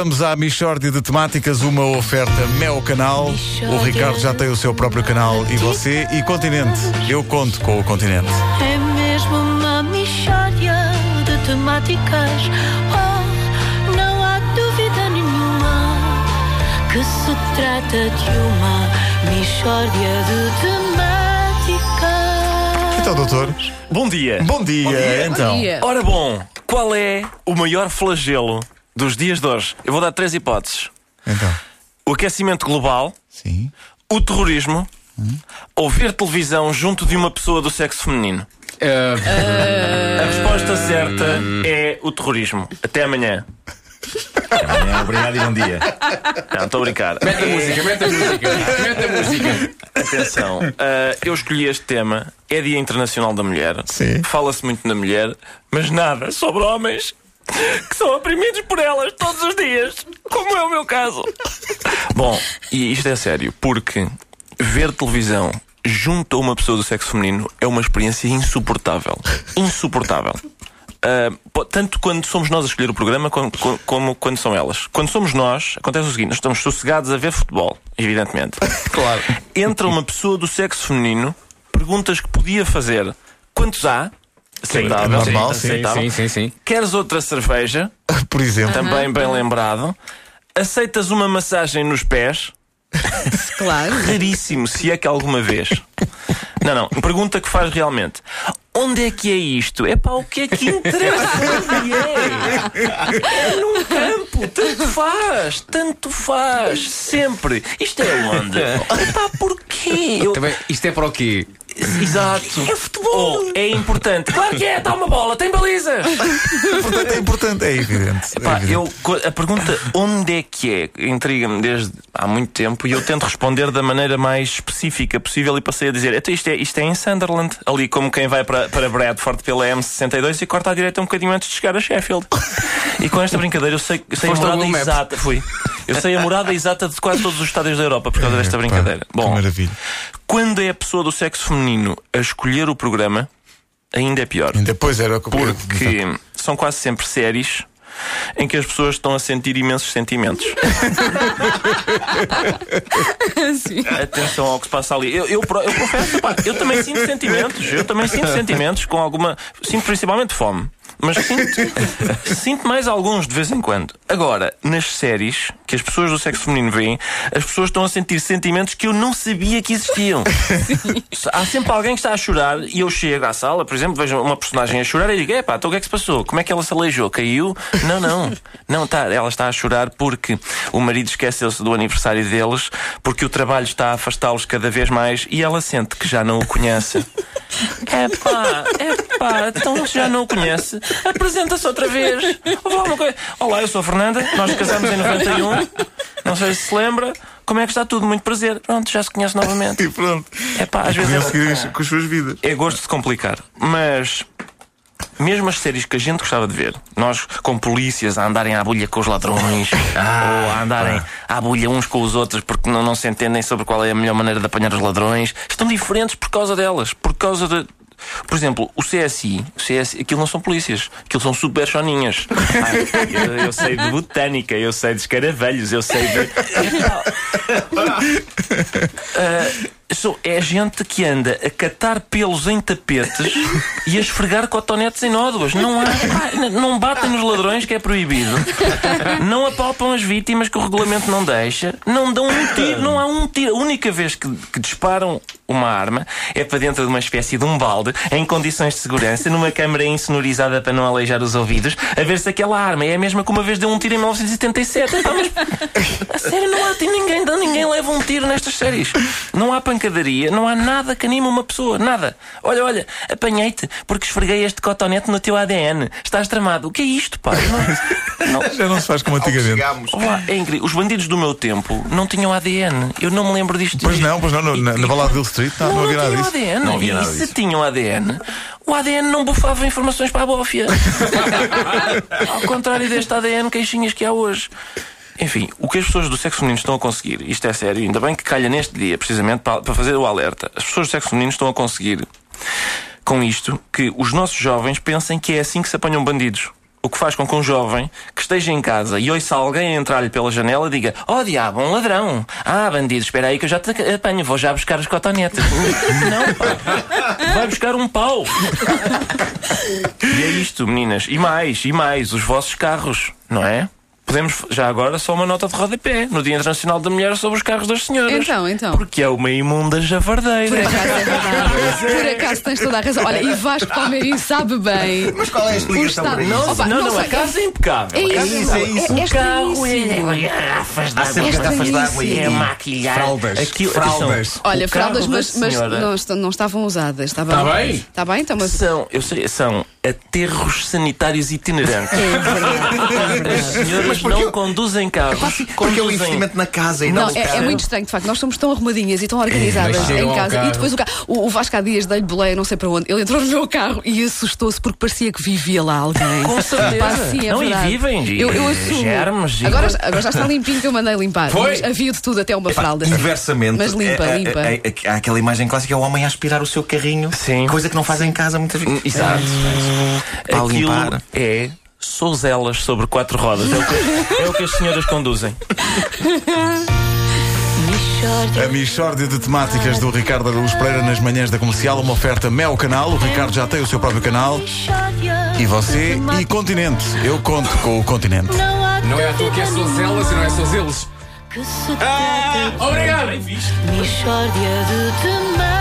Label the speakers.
Speaker 1: Vamos à Michórdia de Temáticas, uma oferta Mel Canal. O Ricardo já tem o seu próprio canal e você e Continente. Eu conto com o Continente.
Speaker 2: É mesmo uma mistória de temáticas. Oh, não há dúvida nenhuma que se trata de uma mistória de temáticas.
Speaker 1: Então, doutor,
Speaker 3: Bom dia.
Speaker 1: bom dia. Então,
Speaker 3: Ora bom, qual é o maior flagelo dos dias de hoje? Eu vou dar três hipóteses:
Speaker 1: então,
Speaker 3: o aquecimento global,
Speaker 1: sim.
Speaker 3: o terrorismo ou ver televisão junto de uma pessoa do sexo feminino. A resposta certa é o terrorismo. Até amanhã.
Speaker 4: Obrigado e bom dia.
Speaker 3: Não, estou a brincar.
Speaker 5: Mete a música, mete a música, mete a música.
Speaker 3: Atenção, ah, eu escolhi este tema. É Dia Internacional da Mulher.
Speaker 1: Sim.
Speaker 3: Fala-se muito na mulher, mas nada sobre homens que são oprimidos por elas todos os dias, como é o meu caso. Bom, e isto é sério, porque ver televisão junto a uma pessoa do sexo feminino é uma experiência insuportável. Insuportável. Ah, po- tanto quando somos nós a escolher o programa como, como- como quando são elas. Quando somos nós, acontece o seguinte: nós estamos sossegados a ver futebol, evidentemente.
Speaker 5: Claro.
Speaker 3: Entra uma pessoa do sexo feminino, perguntas que podia fazer. Quantos há? Aceitável.
Speaker 1: normal, sim,
Speaker 3: aceitável.
Speaker 5: Sim, sim, sim.
Speaker 3: Queres outra cerveja?
Speaker 1: Por exemplo,
Speaker 3: Também bem lembrado. Aceitas uma massagem nos pés?
Speaker 6: Claro.
Speaker 3: Raríssimo, se é que alguma vez. Não, não. Pergunta que faz realmente. Onde é que é isto? É pá, o que é que interessa? Onde é? É num campo. Tanto faz. Tanto faz. Sempre. Isto é onde? É pá, porquê? Eu-
Speaker 5: Também, isto é para o quê?
Speaker 3: Exato. É futebol. é importante. Claro que é, dá uma bola, tem balizas.
Speaker 1: portanto, é importante, é evidente. é
Speaker 3: Pá,
Speaker 1: evidente.
Speaker 3: eu, co- a pergunta onde é que é intriga-me desde há muito tempo e eu tento responder da maneira mais específica possível e passei a dizer: "Então isto é, isto é em Sunderland, ali como quem vai para, para Bradford pela M62 e corta à direita um bocadinho antes de chegar a Sheffield. e com esta brincadeira eu sei, eu sei a
Speaker 5: Foste ao
Speaker 3: morada
Speaker 5: Google Maps.
Speaker 3: exata. Fui. Eu sei a morada exata de quase todos os estádios da Europa por causa desta
Speaker 1: Epá,
Speaker 3: brincadeira.
Speaker 1: Que maravilha.
Speaker 3: Quando é a pessoa do sexo feminino a escolher o programa, ainda é pior.
Speaker 1: Ainda depois era o que eu-
Speaker 3: Porque são quase sempre séries em que as pessoas estão a sentir imensos sentimentos. Atenção ao que se passa ali. Eu, eu, pro- eu confesso, pá, eu também sinto sentimentos. Eu também sinto sentimentos com alguma. Sinto principalmente fome. Mas sinto, sinto mais alguns de vez em quando. Agora, nas séries que as pessoas do sexo feminino veem, as pessoas estão a sentir sentimentos que eu não sabia que existiam. Há sempre alguém que está a chorar e eu chego à sala, por exemplo, vejo uma personagem a chorar e digo: Epá, então o que é que se passou? Como é que ela se aleijou? Caiu? Não, não. Não, tá, ela está a chorar porque o marido esqueceu-se do aniversário deles, porque o trabalho está a afastá-los cada vez mais e ela sente que já não o conhece. Epá, epá, então já não o conhece. Apresenta-se outra vez. Ouve lá uma coisa. Olá, eu sou a Fernanda, nós casamos em 91. Não sei se se lembra. Como é que está tudo? Muito prazer. Pronto, já se conhece novamente.
Speaker 1: E pronto.
Speaker 3: É pá, às
Speaker 1: Deviam
Speaker 3: vezes é,
Speaker 1: seguir as- com as suas vidas.
Speaker 3: é gosto de complicar, mas mesmo as séries que a gente gostava de ver, nós com polícias a andarem à bolha com os ladrões, ou a andarem à bolha uns com os outros porque não, não se entendem sobre qual é a melhor maneira de apanhar os ladrões, estão diferentes por causa delas, por causa de. Por exemplo, o CSI, o CSI, aquilo não são polícias, aquilo são super choninhas. Ai, eu, eu sei de botânica, eu sei de escaravelhos, eu sei de. Sou- é gente que anda a catar pelos em tapetes e a esfregar cotonetes em nódoas. Não, há, pá, n- não batem nos ladrões, que é proibido. Não apalpam as vítimas, que o regulamento não deixa. Não dão um tiro, não há um tiro. A única vez que, que disparam uma arma é para dentro de uma espécie de um balde, em condições de segurança, numa câmara insonorizada para não aleijar os ouvidos, a ver se aquela arma é a mesma que uma vez deu um tiro em 1977. Então, mas a sério, não há tem ninguém, não- ninguém leva um tiro nestas séries. Não há pancadaria, não há nada que anime uma pessoa, nada. Olha, olha, apanhei-te porque esfreguei este cotonete no teu ADN. Estás tramado. O que é isto, pá? Não- não-
Speaker 1: Já não se faz como antigamente.
Speaker 3: Olá, é incrível. Os bandidos do meu tempo não tinham ADN. Eu não me lembro disto.
Speaker 1: Pois não, pois não, no- na, na balada de Hill Street não, não
Speaker 3: Não, não
Speaker 1: havia nada
Speaker 3: tinham
Speaker 1: disso.
Speaker 3: ADN.
Speaker 4: Não havia nada
Speaker 3: e se
Speaker 4: disso.
Speaker 3: tinham ADN, o ADN não bufava informações para a bófia. Ao contrário deste ADN queixinhas que há hoje. Enfim, o que as pessoas do sexo feminino estão a conseguir, isto é sério, ainda bem que calha neste dia, precisamente para, para fazer o alerta. As pessoas do sexo feminino estão a conseguir, com isto, que os nossos jovens pensem que é assim que se apanham bandidos. O que faz com que um jovem que esteja em casa e ouça alguém entrar-lhe pela janela diga: Oh diabo, um ladrão! Ah, bandido, espera aí que eu já te apanho, vou já buscar as cotonetas. Não, pá. vai buscar um pau. E é isto, meninas. E mais, e mais, os vossos carros, não é? Podemos, já agora, só uma nota de rodapé no Dia Internacional da Mulher sobre os carros das senhoras.
Speaker 6: Então, então.
Speaker 3: Porque é uma imunda
Speaker 6: Por
Speaker 3: javardeira.
Speaker 6: acaso é verdade. Por acaso tens toda a razão. Olha, e Vasco Palmeirinho sabe bem.
Speaker 4: Mas qual é a explicação
Speaker 6: Está-
Speaker 4: para isso?
Speaker 6: Opa,
Speaker 3: não,
Speaker 6: não
Speaker 3: não, a
Speaker 6: sei.
Speaker 3: casa é impecável.
Speaker 6: É
Speaker 3: A casa
Speaker 6: isso,
Speaker 4: isso, é isso.
Speaker 6: É, é
Speaker 3: O carro
Speaker 6: estranhíssimo.
Speaker 3: é garrafas
Speaker 4: Há
Speaker 3: d'água.
Speaker 4: sempre
Speaker 6: Esta
Speaker 4: garrafas
Speaker 6: delícia.
Speaker 4: d'água e
Speaker 3: É maquilhar.
Speaker 4: Fraldas.
Speaker 3: Aquilo,
Speaker 4: Fraldas.
Speaker 3: atenção,
Speaker 6: Olha,
Speaker 3: o carro
Speaker 6: fraldas,
Speaker 3: da
Speaker 6: mas, mas
Speaker 3: senhora
Speaker 6: não, est- não estavam usadas. Está bem?
Speaker 5: Está bem.
Speaker 6: Está bem? Então, mas.
Speaker 3: São, eu sei, são aterros sanitários itinerantes.
Speaker 6: É verdade.
Speaker 3: As senhoras não conduzem carros.
Speaker 4: Porque é o
Speaker 3: conduzem-
Speaker 4: investimento na casa e
Speaker 6: Não,
Speaker 4: não, no
Speaker 6: é, é
Speaker 4: carro.
Speaker 6: muito estranho, de facto. Nós somos tão arrumadinhas e tão
Speaker 3: É,
Speaker 6: organizadas
Speaker 5: mas chegam
Speaker 6: em
Speaker 5: ao
Speaker 6: casa.
Speaker 5: carro.
Speaker 6: E depois o, ca- o, o Vasco há dias dei-lhe boleia, não sei para onde. Ele entrou no meu carro e assustou-se porque parecia que vivia lá alguém.
Speaker 3: Com certeza.
Speaker 6: Pá, sim, é
Speaker 3: Não, e
Speaker 6: verdade.
Speaker 3: vivem, e-
Speaker 6: Eu, eu assumo.
Speaker 3: germes, e-
Speaker 6: agora, agora já está limpinho que eu mandei limpar.
Speaker 5: Foi?
Speaker 6: Mas havia de tudo, até uma fralda.
Speaker 4: Inversamente,
Speaker 6: Mas limpa,
Speaker 4: é- é-
Speaker 6: limpa.
Speaker 4: é- é- há aquela imagem clássica: é o homem a aspirar o seu carrinho,
Speaker 3: Sim.
Speaker 4: coisa que não faz em casa muitas vezes.
Speaker 3: Hum, Exato.
Speaker 4: Hum, Para
Speaker 3: Aquilo
Speaker 4: limpar.
Speaker 3: é souzelas sobre quatro rodas. É o que, é o que as senhoras conduzem.
Speaker 1: A Michórdia de Temáticas do Ricardo Araújo Pereira nas manhãs da comercial, uma oferta Mel Canal. O Ricardo já tem o seu próprio canal. E você e Continente. Eu conto com o Continente.
Speaker 5: Não é à toa que é Sozelas e não é Ah, Sozelos.
Speaker 2: Que se trata
Speaker 5: Obrigado!
Speaker 2: de Michórdia de temáticas.